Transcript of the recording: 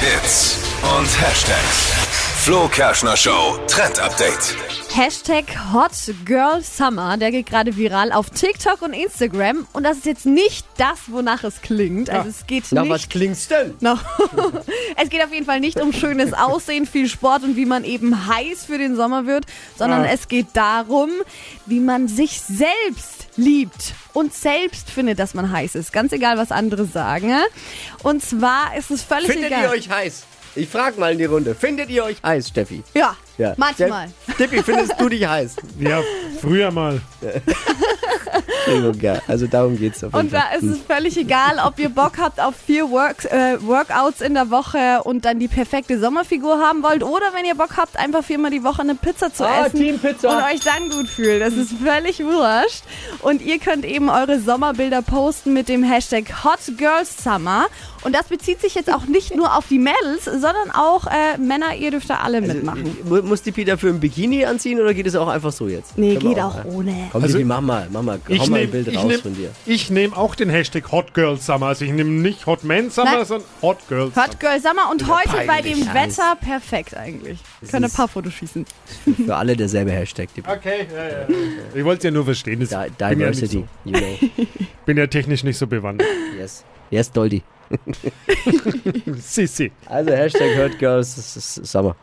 Hits und Hashtags. Flo Kerschner Show Trend Update. Hashtag Hot Girl Summer, der geht gerade viral auf TikTok und Instagram. Und das ist jetzt nicht das, wonach es klingt. Also es geht Na, was nicht. klingt's denn? No. es geht auf jeden Fall nicht um schönes Aussehen, viel Sport und wie man eben heiß für den Sommer wird, sondern es geht darum, wie man sich selbst liebt und selbst findet, dass man heiß ist. Ganz egal, was andere sagen. Und zwar ist es völlig Findet egal. ihr euch heiß? Ich frag mal in die Runde. Findet ihr euch heiß, Steffi? ja, manchmal. Steff- Steffi, findest du dich heiß? Ja, früher mal. Entschuldigung, ja. Also darum geht's auf jeden Und da Fall. ist es völlig egal, ob ihr Bock habt auf vier Works, äh, Workouts in der Woche und dann die perfekte Sommerfigur haben wollt. Oder wenn ihr Bock habt, einfach viermal die Woche eine Pizza zu Ah, essen Team Pizza. und euch dann gut fühlt. Das ist völlig wurscht. Und ihr könnt eben eure Sommerbilder posten mit dem Hashtag Hot Girls Summer. Und das bezieht sich jetzt auch nicht nur auf die Mädels, sondern auch äh, Männer. Ihr dürft da alle Also, mitmachen. Mu- Äh, Muss die Pi dafür ein Bikini anziehen oder geht es auch einfach so jetzt? Nee, Können wir geht auch ne? ohne. Komm, Also, Steffi, mach mal, mach mal, hau Ich mal ein nehme Bild raus von dir. nehm auch den Hashtag Hot Girl Summer. Also ich nehme nicht Hot Man Summer, Nein. sondern Hot Girl Summer. Hot Girls Summer und heute bei peinlich. dem Wetter perfekt eigentlich. Könnt ein ist- paar Fotos schießen. Für alle derselbe Hashtag, die Okay, ja, ja. Ich wollte es ja nur verstehen. Das Di- bin, ja nicht Diversity, so, you know. bin ja technisch nicht so bewandert. Yes. Yes, Doldi. Sissi. Also Hashtag Hurt Girls, das ist Summer.